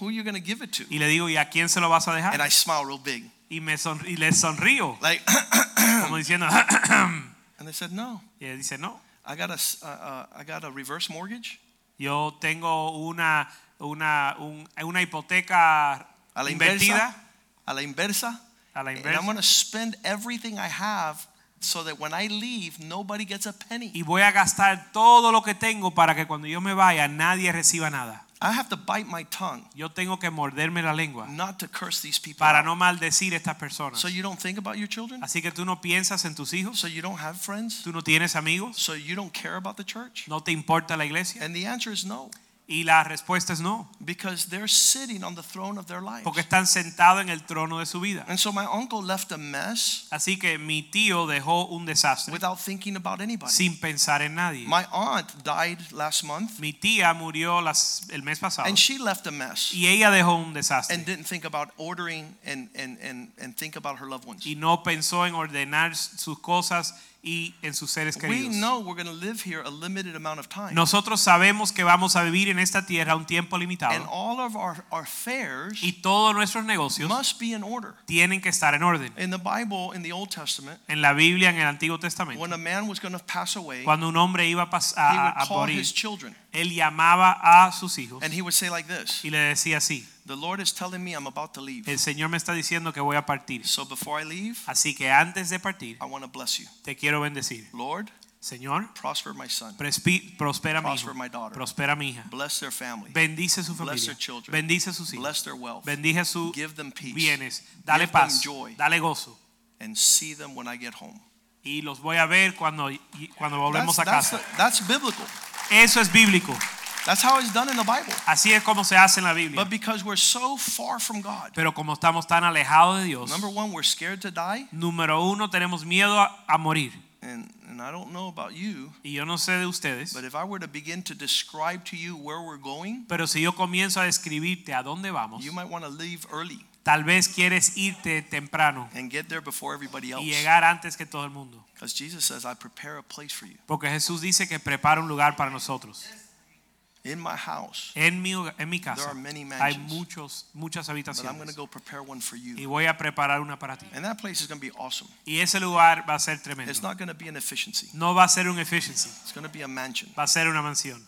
B: Who are you going to give it to?
C: y le digo, ¿y a quién se lo vas a dejar?
B: And I smile real big.
C: y, me son- y les sonrío,
B: Like,
C: como diciendo,
B: and they said, No,
C: y él dice, no,
B: I got a, s- uh, uh, I got a reverse mortgage.
C: yo tengo una, una, un- una hipoteca
B: A la inversa.
C: invertida
B: A la inversa. Eh,
C: a la
B: And I'm
C: inversa.
B: going to spend everything I have so that when I leave, nobody gets a penny.
C: Y voy a gastar todo lo que tengo para que cuando yo me vaya nadie reciba nada.
B: I have to bite my tongue
C: Yo tengo que morderme la lengua
B: not to curse these people.
C: para
B: out.
C: no maldecir a estas personas.
B: So you don't think about your children?
C: Así que tú no piensas en tus hijos,
B: So you don't have friends?
C: tú no tienes amigos,
B: So you don't care about the church?
C: no te importa la iglesia.
B: And the answer is no,
C: Y la respuesta es no,
B: because they're sitting on the throne of their lives.
C: porque están sentados en el trono de su vida.
B: And so my uncle left a mess
C: Así que mi tío dejó un desastre
B: without thinking about anybody.
C: sin pensar en nadie.
B: My aunt died last month,
C: Mi tía murió las- el mes pasado
B: and she left a mess
C: y ella dejó un
B: and
C: desastre
B: didn't think about ordering and, and, and, and think about her loved ones.
C: y no pensó en ordenar sus cosas y en sus seres
B: We
C: queridos.
B: know we're going to live here a limited amount of time.
C: Nosotros sabemos que vamos a vivir en esta tierra un tiempo
B: And
C: limitado
B: all of our, our affairs
C: y todos nuestros negocios
B: must be in order.
C: tienen que estar en orden.
B: In the Bible, in the Old Testament,
C: En la Biblia, en el Antiguo Testamento,
B: when a man was going to pass away,
C: cuando un hombre iba a, pas-
B: he
C: a- a-
B: would
C: a
B: call his
C: morir,
B: children
C: él llamaba a sus hijos
B: and he would say like this
C: y le decía así,
B: The Lord is telling me I'm about to leave.
C: el Señor me está diciendo que voy a partir.
B: So before I leave,
C: Así que antes de partir,
B: I want to bless you.
C: te quiero bendecir.
B: Lord,
C: Señor,
B: prosper my son,
C: prespi- prospera a mi hijo,
B: prosper my daughter,
C: prospera a mi hija,
B: bless their family,
C: bendice su
B: bless their
C: familia,
B: children.
C: bendice sus hijos,
B: bless their wealth,
C: bendice sus
B: give them peace,
C: bienes, dale
B: Give them
C: paz,
B: joy.
C: dale gozo.
B: and see them when I get home.
C: Y los voy a ver cuando, y- cuando
B: That's,
C: volvemos a
B: that's
C: casa.
B: the- that's biblical.
C: Eso es bíblico.
B: That's how it's done in the Bible.
C: Así es como se hace en la Biblia.
B: But because we're so far from God,
C: Pero como estamos tan alejados de Dios,
B: Number one, we're scared to die,
C: número uno, tenemos miedo a, a morir.
B: and, and I don't know about you,
C: Y yo no sé de ustedes,
B: but if I were to begin to describe to you where we're going,
C: pero si yo comienzo a describirte a dónde vamos,
B: you might want to leave early
C: tal vez quieres irte temprano
B: and get there before everybody else.
C: y llegar antes que todo el mundo.
B: Because Jesus says, I prepare a place for you
C: Porque Jesús dice que prepara un lugar para nosotros.
B: in my house,
C: En mi, hogar- en mi
B: There
C: casa
B: are many
C: hay
B: mansions.
C: muchos, muchas
B: but I'm going to
C: habitaciones
B: go prepare one for
C: y
B: you.
C: voy a preparar una para ti.
B: And that place is going to be awesome.
C: Y ese lugar va a ser
B: It's
C: tremendo.
B: not going to be an efficiency,
C: No va a ser un efficiency,
B: it's going to be a mansion.
C: va a ser una mansión.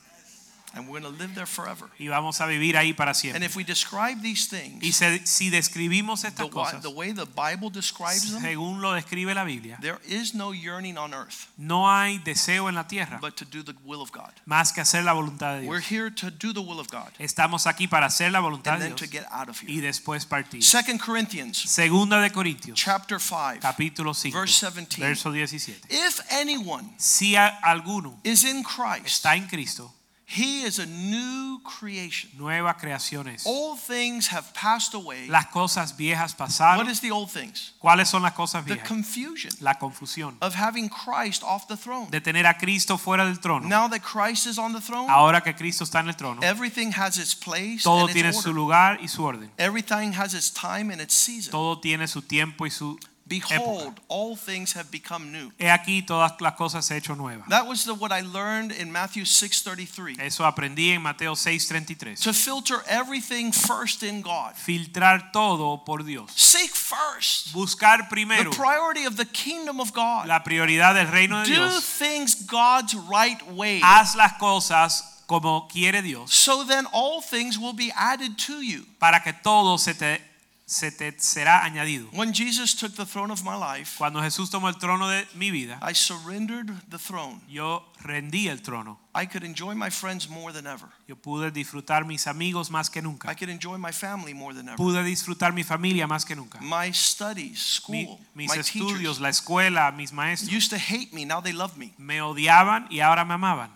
B: and we're going to live there forever.
C: y vamos a vivir ahí para
B: And
C: siempre.
B: if we describe these
C: Y
B: things
C: se- si describimos
B: the,
C: estas
B: wa-
C: cosas
B: the way the Bible describes them,
C: según lo describe la Biblia,
B: there is no yearning on earth
C: no hay deseo en la tierra
B: but to do the will of God.
C: más que hacer la voluntad de
B: We're
C: Dios.
B: here to do the will of God
C: Estamos aquí para hacer la voluntad
B: and
C: de
B: then to
C: Dios
B: get out of
C: y
B: here.
C: después partir.
B: Second Corinthians
C: Segunda de Corintios,
B: chapter 5.
C: capítulo 5,
B: Verse 17.
C: verso 17.
B: If anyone
C: Si a- alguno
B: is in Christ,
C: está en Cristo,
B: he is a new creation.
C: nueva creación es.
B: Old things have passed away.
C: Las cosas viejas
B: What
C: pasaron.
B: is the old things?
C: ¿Cuáles son las cosas
B: The
C: viejas?
B: confusion
C: La confusión
B: of having Christ off the throne.
C: de tener a Cristo fuera del trono.
B: Now that Christ is on the throne,
C: Ahora que Cristo está en el trono,
B: everything has its place
C: todo
B: and
C: tiene
B: its
C: su
B: order.
C: lugar y su orden.
B: Everything has its time and its season.
C: Todo tiene su tiempo y su...
B: Behold, all things have become new.
C: He aquí todas las cosas se han hecho nuevas.
B: That was the, what I learned in Matthew 6:33.
C: Eso aprendí en Mateo 6:33.
B: To filter everything first in God.
C: Filtrar todo por Dios.
B: Seek first
C: Buscar
B: the
C: primero
B: priority of the kingdom of God.
C: la prioridad del reino de
B: Do
C: Dios.
B: things God's right way.
C: Haz las cosas como quiere Dios
B: So then all things will be added to you.
C: para que todo se te, se te será añadido.
B: When Jesus took the throne of my life,
C: Cuando Jesús tomó el trono de mi vida,
B: I surrendered the throne.
C: yo rendí el trono.
B: I could enjoy my friends more than ever.
C: Yo pude disfrutar mis amigos más que
B: I
C: nunca.
B: could enjoy my family more than ever.
C: Pude disfrutar mi familia más que nunca.
B: My studies,
C: Mi-
B: school,
C: mis
B: my
C: estudios,
B: teachers
C: la escuela, mis maestros
B: used to hate me, now they love me.
C: me odiaban y ahora me amaban.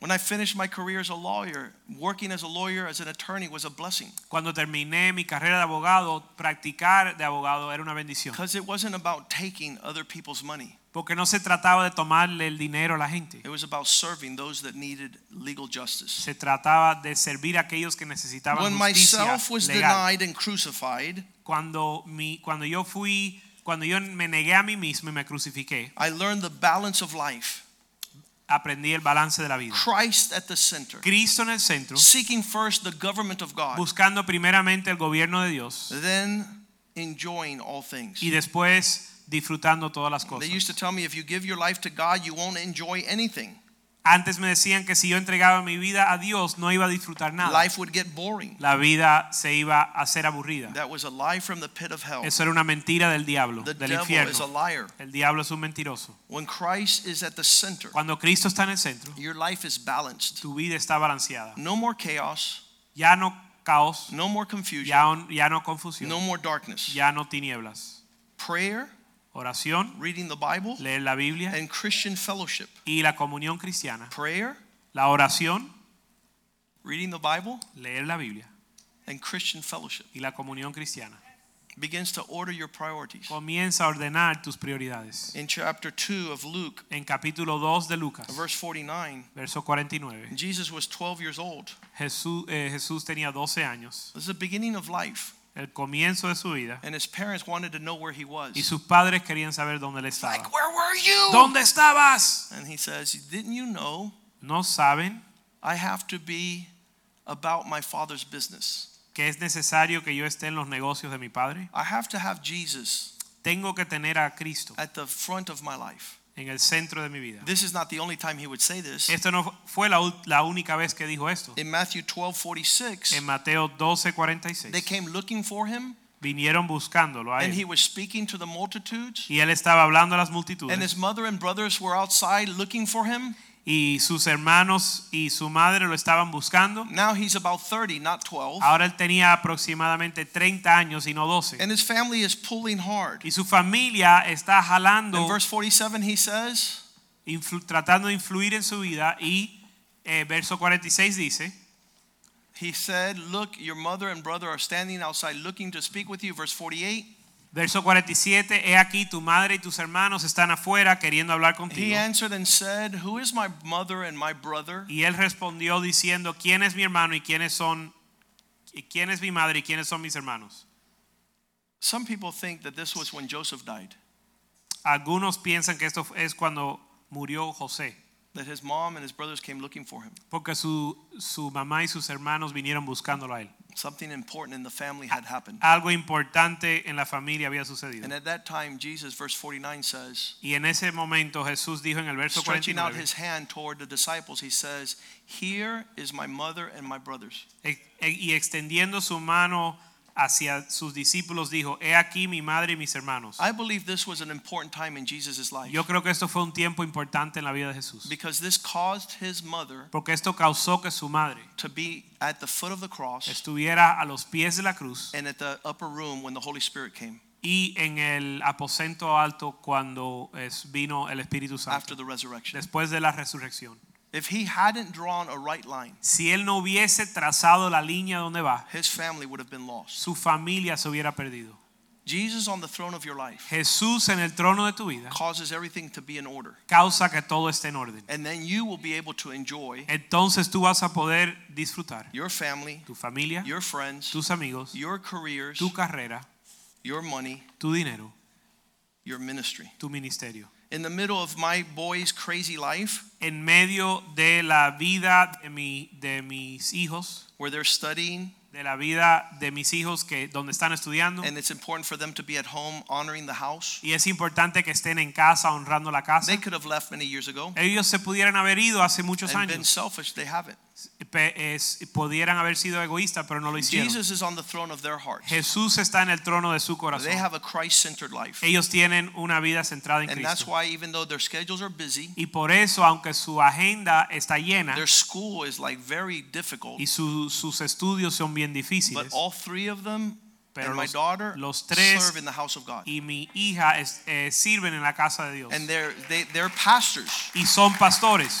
B: When I finished my career as a lawyer, working as a lawyer, as an attorney was a blessing
C: Cuando terminé mi carrera de abogado, practicar de abogado era una bendición.
B: because it wasn't about taking other people's money.
C: Porque no se trataba de tomarle el dinero a la gente.
B: It was about serving those that needed legal justice.
C: Se trataba de servir a aquellos que necesitaban
B: When
C: justicia
B: myself was
C: legal.
B: denied and crucified,
C: Cuando, mi, cuando yo fui, cuando yo me negué a mí mismo y me crucifiqué,
B: I learned the balance of life.
C: aprendí el balance de la vida.
B: Christ at the center.
C: Cristo en el centro,
B: Seeking first the government of God,
C: buscando primeramente el gobierno de Dios
B: then enjoying all things.
C: y después disfrutando todas las
B: They
C: cosas.
B: used to tell me if you give your life to God, you won't enjoy anything.
C: Antes me decían que si yo entregaba mi vida a Dios no iba a disfrutar nada.
B: Life would get boring.
C: La vida se iba a hacer aburrida.
B: That was a lie from the pit of hell.
C: Eso era una mentira del diablo,
B: The
C: del
B: devil is a
C: infierno.
B: liar.
C: El diablo es un mentiroso.
B: When Christ is at the center,
C: Cuando Cristo está en el centro,
B: your life is balanced.
C: tu vida está balanceada.
B: No more chaos,
C: Ya no caos,
B: no more confusion,
C: ya, on- ya no confusión,
B: no more darkness.
C: ya no tinieblas.
B: Prayer,
C: Oración,
B: reading the Bible,
C: leer la Biblia
B: and Christian fellowship.
C: y la comunión cristiana.
B: Prayer,
C: La oración,
B: reading the Bible,
C: leer la Biblia
B: and Christian fellowship
C: y la comunión cristiana.
B: begins to order your priorities.
C: Comienza a ordenar tus prioridades.
B: In chapter 2 of Luke,
C: En capítulo 2 de Lucas,
B: verse 49,
C: verso 49.
B: Jesus was 12 years old.
C: Jesús, eh, Jesús tenía 12 años,
B: This is the beginning of life,
C: el comienzo de su vida,
B: and his parents wanted to know where he
C: y
B: was.
C: sus padres querían saber dónde él estaba.
B: Like, where were you?
C: ¿Dónde estabas?
B: And he says, Didn't you know
C: No saben
B: I have to be about my father's business?
C: que es necesario que yo esté en los negocios de mi padre.
B: I have to have Jesus
C: Tengo que tener a Cristo
B: at the front of my life.
C: en el centro de mi vida.
B: This is not the only time he would say this.
C: Esto no fue la, ú- la única vez que dijo esto.
B: In Matthew 12 46,
C: En Mateo
B: they
C: 12:46
B: came looking for him,
C: vinieron buscándolo a
B: and he
C: él
B: was speaking to the multitudes.
C: y él estaba hablando a las
B: And
C: multitudes
B: his mother and brothers were outside looking for him.
C: y sus hermanos y su madre lo estaban buscando.
B: Now he's about 30, not 12.
C: Ahora él tenía aproximadamente 30 años y no 12.
B: And his family is pulling hard.
C: Y su familia está
B: In
C: jalando,
B: verse 47, he says,
C: influ- tratando de influir en su vida. Y eh, verso 46 dice,
B: He said, Look, your mother and brother are standing outside looking to speak with you. Verse 48.
C: verso 47, he aquí tu madre y tus hermanos están afuera queriendo hablar
B: He
C: contigo.
B: answered and said, Who is my mother and my brother?
C: Y él respondió diciendo, ¿quién es mi hermano y quiénes son, y quién es mi madre y quiénes son mis hermanos?
B: Some people think that this was when Joseph died.
C: Algunos piensan que esto es cuando murió José.
B: that his mom and his brothers came looking for him.
C: porque su, su mamá y sus hermanos vinieron buscándolo a él.
B: Something important in the family had happened.
C: Algo importante en la familia había sucedido.
B: And at that time, Jesus, verse 49 says,
C: Y en ese momento Jesús dijo en el verso
B: stretching out
C: 49,
B: his hand toward the disciples, he says, Here is my mother and my brothers.
C: e- e- y extendiendo su mano hacia sus discípulos dijo, he aquí mi madre y mis hermanos.
B: I believe this was an important time in Jesus' life
C: Yo creo que esto fue un tiempo importante en la vida de Jesús,
B: because this caused his mother
C: porque esto causó que su madre
B: to be at the foot of the cross
C: estuviera a los pies de la cruz
B: and at the upper room when the Holy Spirit came
C: y en el aposento alto cuando es- vino el Espíritu
B: after
C: Santo,
B: the resurrection.
C: después de la resurrección.
B: If he hadn't drawn a right line,
C: Si él no hubiese trazado la línea donde va,
B: his family would have been lost.
C: su familia se hubiera perdido.
B: Jesus on the throne of your life
C: Jesús en el trono de tu vida
B: causes everything to be in order,
C: causa que todo esté en orden.
B: and then you will be able to enjoy
C: Entonces tú vas a poder disfrutar
B: your family,
C: tu familia,
B: your friends,
C: tus amigos,
B: your careers,
C: tu carrera,
B: your money,
C: tu dinero,
B: your ministry.
C: tu ministerio.
B: In the middle of my boy's crazy life,
C: En medio de la vida de, mi, de mis hijos,
B: where they're studying,
C: de la vida de mis hijos que donde están estudiando,
B: and it's important for them to be at home honoring the house,
C: y es importante que estén en casa honrando la casa.
B: they could have left many years ago
C: Ellos se pudieran haber ido hace muchos
B: and been
C: años,
B: selfish. They haven't.
C: pe- es- pudieran haber sido egoístas, pero no lo hicieron.
B: Jesus is on the throne of their hearts.
C: Jesús está en el trono de su corazón.
B: They have a Christ centered life.
C: Ellos tienen una vida centrada en
B: And that's
C: Cristo.
B: why, even though their schedules are busy,
C: Y por eso, aunque su agenda está llena
B: their school is like very difficult.
C: y su- sus estudios son bien
B: But
C: difíciles,
B: all three of them
C: Pero
B: and my
C: los-
B: daughter
C: los tres
B: serve in the house of God.
C: y mi hija es- eh, sirven en la casa de Dios
B: And they're, they, they're pastors.
C: y son pastores.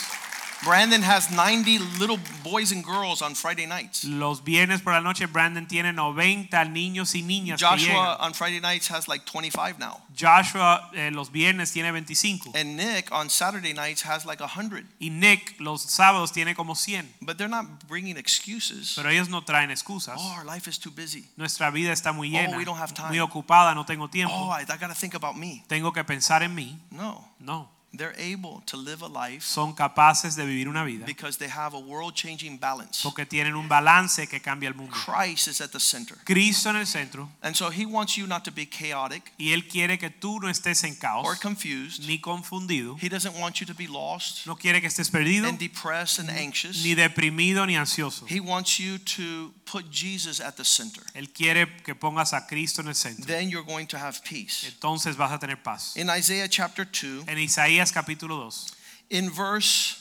B: Brandon has 90 little boys and girls on Friday nights.
C: Los viernes por la noche, Brandon tiene 90 niños y niñas. que
B: Joshua
C: llegan.
B: on Friday nights has like 25 now.
C: Joshua eh, los viernes tiene 25
B: And Nick on Saturday nights has like 100.
C: y Nick los sábados tiene como 100.
B: But they're not bringing excuses.
C: Pero ellos no traen excusas.
B: Oh, our life is too busy.
C: Nuestra vida está muy llena,
B: we don't have time.
C: muy ocupada, no tengo tiempo.
B: Oh, I, I got to think about me.
C: Tengo que pensar en mí.
B: No,
C: No.
B: they're able to live a life
C: son capaces de vivir una vida
B: because they have a world changing balance.
C: porque tienen un balance que cambia el mundo.
B: Christ is at the center.
C: Cristo en el centro
B: And so he wants you not to be chaotic
C: y él quiere que tú no estés en
B: or
C: caos
B: confused.
C: ni confundido.
B: He doesn't want you to be lost
C: No quiere que estés perdido
B: and depressed and anxious.
C: ni deprimido ni ansioso.
B: He wants you to put Jesus at the center.
C: Él quiere que pongas a Cristo en el centro.
B: Then you're going to have peace.
C: Entonces vas a tener paz.
B: In Isaiah chapter 2,
C: En Isaías capítulo 2,
B: in verse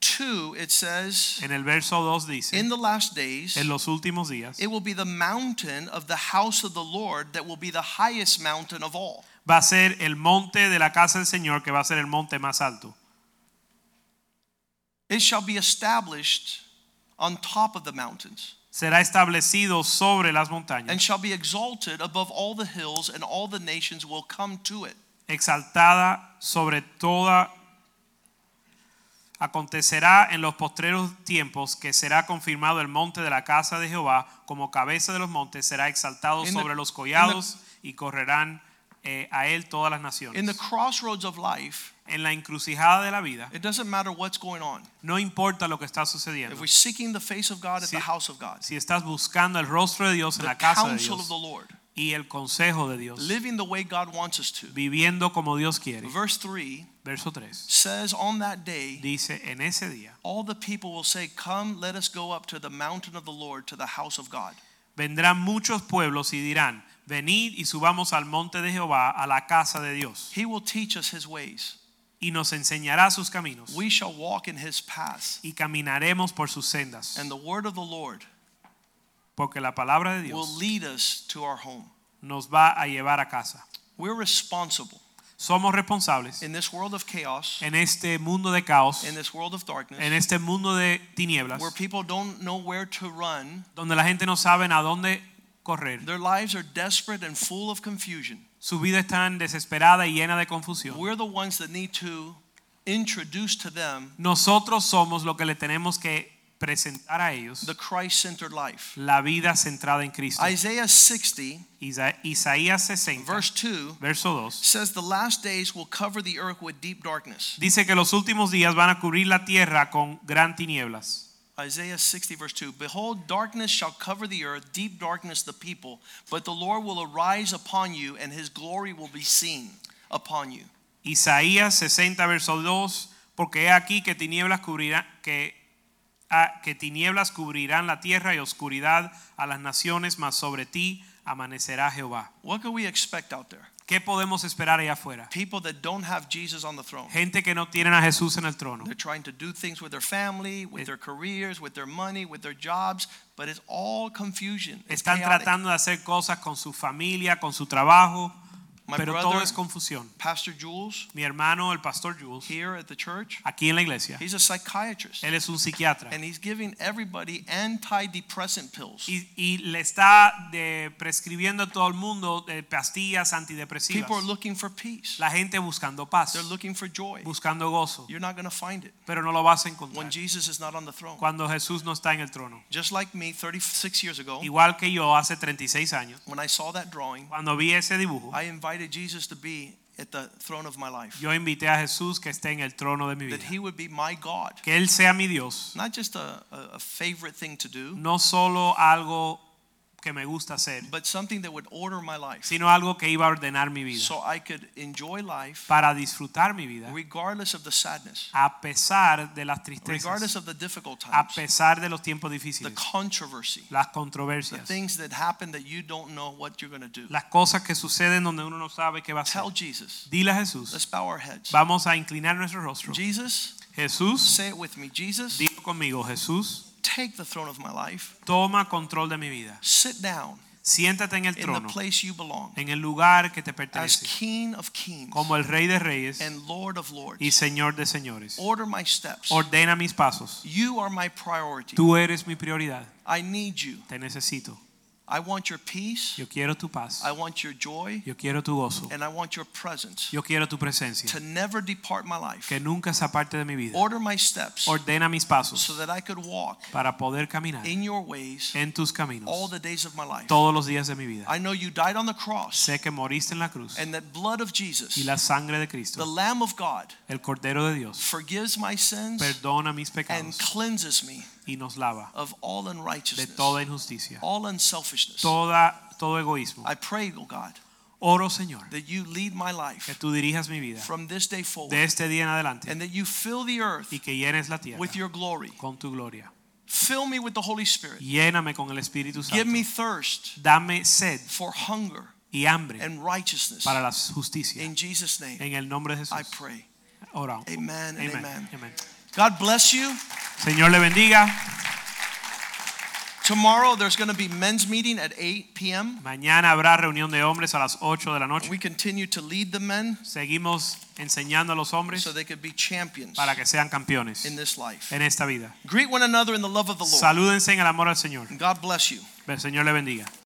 B: 2, it says,
C: en el verso 2 dice,
B: In the last days,
C: en los últimos días
B: it will be the mountain of the house of the Lord that will be the highest mountain of all.
C: va a ser el monte de la casa del Señor que va a ser el monte más alto.
B: It shall be established on top of the mountains
C: Será establecido sobre las montañas,
B: and shall be exalted above all the hills, and all the nations will come to it.
C: exaltada sobre toda. Acontecerá en los postreros tiempos que será confirmado el monte de la casa de Jehová como cabeza de los montes, será exaltado
B: In the-
C: sobre los collados y correrán eh, a él todas las
B: In the
C: naciones.
B: crossroads of life,
C: En la encrucijada de la vida,
B: it doesn't matter what's going on.
C: no importa lo que está sucediendo.
B: If we're seeking the face of God at
C: Si-
B: the house of God,
C: Si estás buscando el rostro de Dios en
B: the
C: la casa de
B: counsel of
C: Dios
B: the Lord,
C: y el consejo de Dios,
B: living the way God wants us to.
C: viviendo como Dios quiere.
B: Verse 3
C: Verso 3
B: says, On that day,
C: dice, en ese día
B: all the people will say, Come, let us go up to the mountain of the Lord, to the house of God.
C: Vendrán muchos pueblos y dirán, venid y subamos al monte de Jehová, a la casa de Dios,
B: He will teach us his ways.
C: y nos enseñará sus caminos,
B: We shall walk in his paths.
C: y caminaremos por sus sendas,
B: And the word of the Lord
C: porque la palabra de
B: will
C: Dios
B: lead us to our home.
C: nos va a llevar a casa.
B: We're responsible
C: Somos responsables
B: in this world of chaos,
C: en este mundo de caos,
B: in this world of
C: en
B: darkness,
C: este mundo de tinieblas,
B: where people don't know where to run.
C: donde la gente no sabe a dónde correr.
B: Their lives are desperate and full of confusion.
C: Su vida está desesperada y llena de confusión.
B: We're the ones that need to introduce to them
C: Nosotros somos lo que le tenemos que presentar a ellos
B: the Christ centered life.
C: la vida centrada en Cristo.
B: Isaiah 60,
C: Isa- Isaías 60,
B: verse 2,
C: verso 2,
B: says, The last days will cover the earth with deep darkness.
C: dice que los últimos días van a cubrir la tierra con gran tinieblas.
B: Isaiah 60, verse 2 Behold, darkness shall cover the earth, deep darkness the people, but the Lord will arise upon you, and his glory will be seen upon you.
C: Isaías 60, verso 2, porque he aquí que tinieblas cubrirán, que, ah, que tinieblas cubrirán la tierra y oscuridad a las naciones, mas sobre ti amanecerá Jehová.
B: What can we expect out there?
C: ¿Qué podemos esperar allá afuera?
B: People that don't have Jesus on the throne.
C: Gente que no tienen a Jesús en el trono.
B: They're trying to do things with their family, with
C: Es-
B: their careers, with their money, with their jobs, but it's all confusion. It's
C: Están
B: chaotic.
C: tratando de hacer cosas con su familia, con su trabajo,
B: My
C: pero todo
B: brother-
C: es confusión.
B: Pastor Jules
C: Mi hermano, el pastor Jules,
B: here at the church,
C: aquí en la iglesia,
B: he's a psychiatrist.
C: él es un psiquiatra
B: And he's giving everybody antidepressant pills.
C: y, y le está de- prescribiendo a todo el mundo eh, pastillas antidepresivas.
B: People are looking for peace.
C: La gente buscando paz,
B: They're looking for joy.
C: buscando gozo,
B: You're not going to find it
C: pero no lo vas a
B: when
C: encontrar
B: Jesus is not on the throne.
C: cuando Jesús no está en el trono.
B: Just like me 36 years ago,
C: Igual que yo hace 36 años,
B: when I saw that drawing,
C: cuando vi ese dibujo,
B: I invited Jesus to be at the throne of my life.
C: yo invité a Jesús que esté en el trono de mi
B: That
C: vida.
B: he would be my God.
C: Que Él sea mi Dios,
B: Not just a, a, a favorite thing to do,
C: no solo algo que me gusta hacer,
B: but something that would order my life.
C: sino algo que iba a ordenar mi vida,
B: So I could enjoy life
C: para disfrutar mi vida,
B: regardless of the sadness,
C: a pesar de las
B: regardless
C: tristezas,
B: of the difficult
C: a
B: times,
C: pesar de los tiempos
B: the
C: difíciles,
B: controversy,
C: las
B: the
C: controversias,
B: things that happen that you don't know what you're going to do.
C: las cosas que suceden donde uno no sabe qué va a hacer.
B: Tell Jesus.
C: Dile a Jesús.
B: Let's bow our heads.
C: Vamos a inclinar nuestro rostro.
B: Jesus,
C: Jesús,
B: say it with me. Jesus,
C: dilo conmigo, Jesús,
B: take the throne of my life.
C: toma control de mi vida.
B: Sit down
C: Siéntate en el
B: in the
C: trono,
B: place you belong
C: en el lugar que te
B: as
C: pertenece,
B: King of kings
C: como el Rey de Reyes
B: and Lord of lords.
C: y Señor de Señores.
B: Order my steps.
C: Ordena mis pasos.
B: You are my priority.
C: Tú eres mi prioridad.
B: I need you.
C: Te necesito.
B: I want your peace.
C: Yo quiero tu paz.
B: I want your joy.
C: Yo quiero tu gozo.
B: And I want your presence
C: Yo quiero tu presencia.
B: to never depart my life.
C: Que nunca se aparte de mi vida.
B: Order my steps
C: Ordena mis
B: so
C: pasos
B: that I could walk
C: para poder caminar
B: in your ways
C: en tus
B: all
C: caminos
B: the days of my life.
C: todos los días de mi vida.
B: I know you died on the cross
C: Sé que moriste en la cruz
B: and that blood of
C: y
B: Jesus,
C: la sangre de
B: the
C: Cristo,
B: Lamb of God,
C: el Cordero de Dios,
B: forgives my sins
C: perdona mis
B: and
C: pecados
B: cleanses me
C: y nos lava
B: of all
C: de
B: unrighteousness,
C: toda injusticia,
B: all unselfishness.
C: toda, todo egoísmo.
B: I pray, O God,
C: Oro, Señor,
B: that you lead my
C: que
B: life
C: tú dirijas mi vida
B: from this day
C: de
B: forward
C: este día en adelante
B: and that you fill the earth
C: y que llenes la tierra
B: with your glory.
C: con tu gloria.
B: Fill me with the Holy Spirit.
C: Lléname con el Espíritu
B: Give me
C: Santo.
B: thirst
C: Dame sed
B: for hunger
C: y hambre
B: and righteousness.
C: para la justicia.
B: In Jesus' name,
C: En el nombre de
B: I
C: Jesús.
B: pray.
C: Oramos.
B: Amen and
C: Amén.
B: amen.
C: Amén.
B: God bless you.
C: Señor le bendiga.
B: Tomorrow there's going to be men's meeting at 8 p.m.
C: Mañana habrá reunión de hombres a las 8 de la noche.
B: We continue to lead the men
C: Seguimos enseñando a los
B: so
C: hombres
B: they could be champions
C: para que sean campeones
B: in this life.
C: en esta vida.
B: Greet one another in the love of the Lord.
C: Salúdense en el amor al Señor.
B: God bless you.
C: El Señor le bendiga.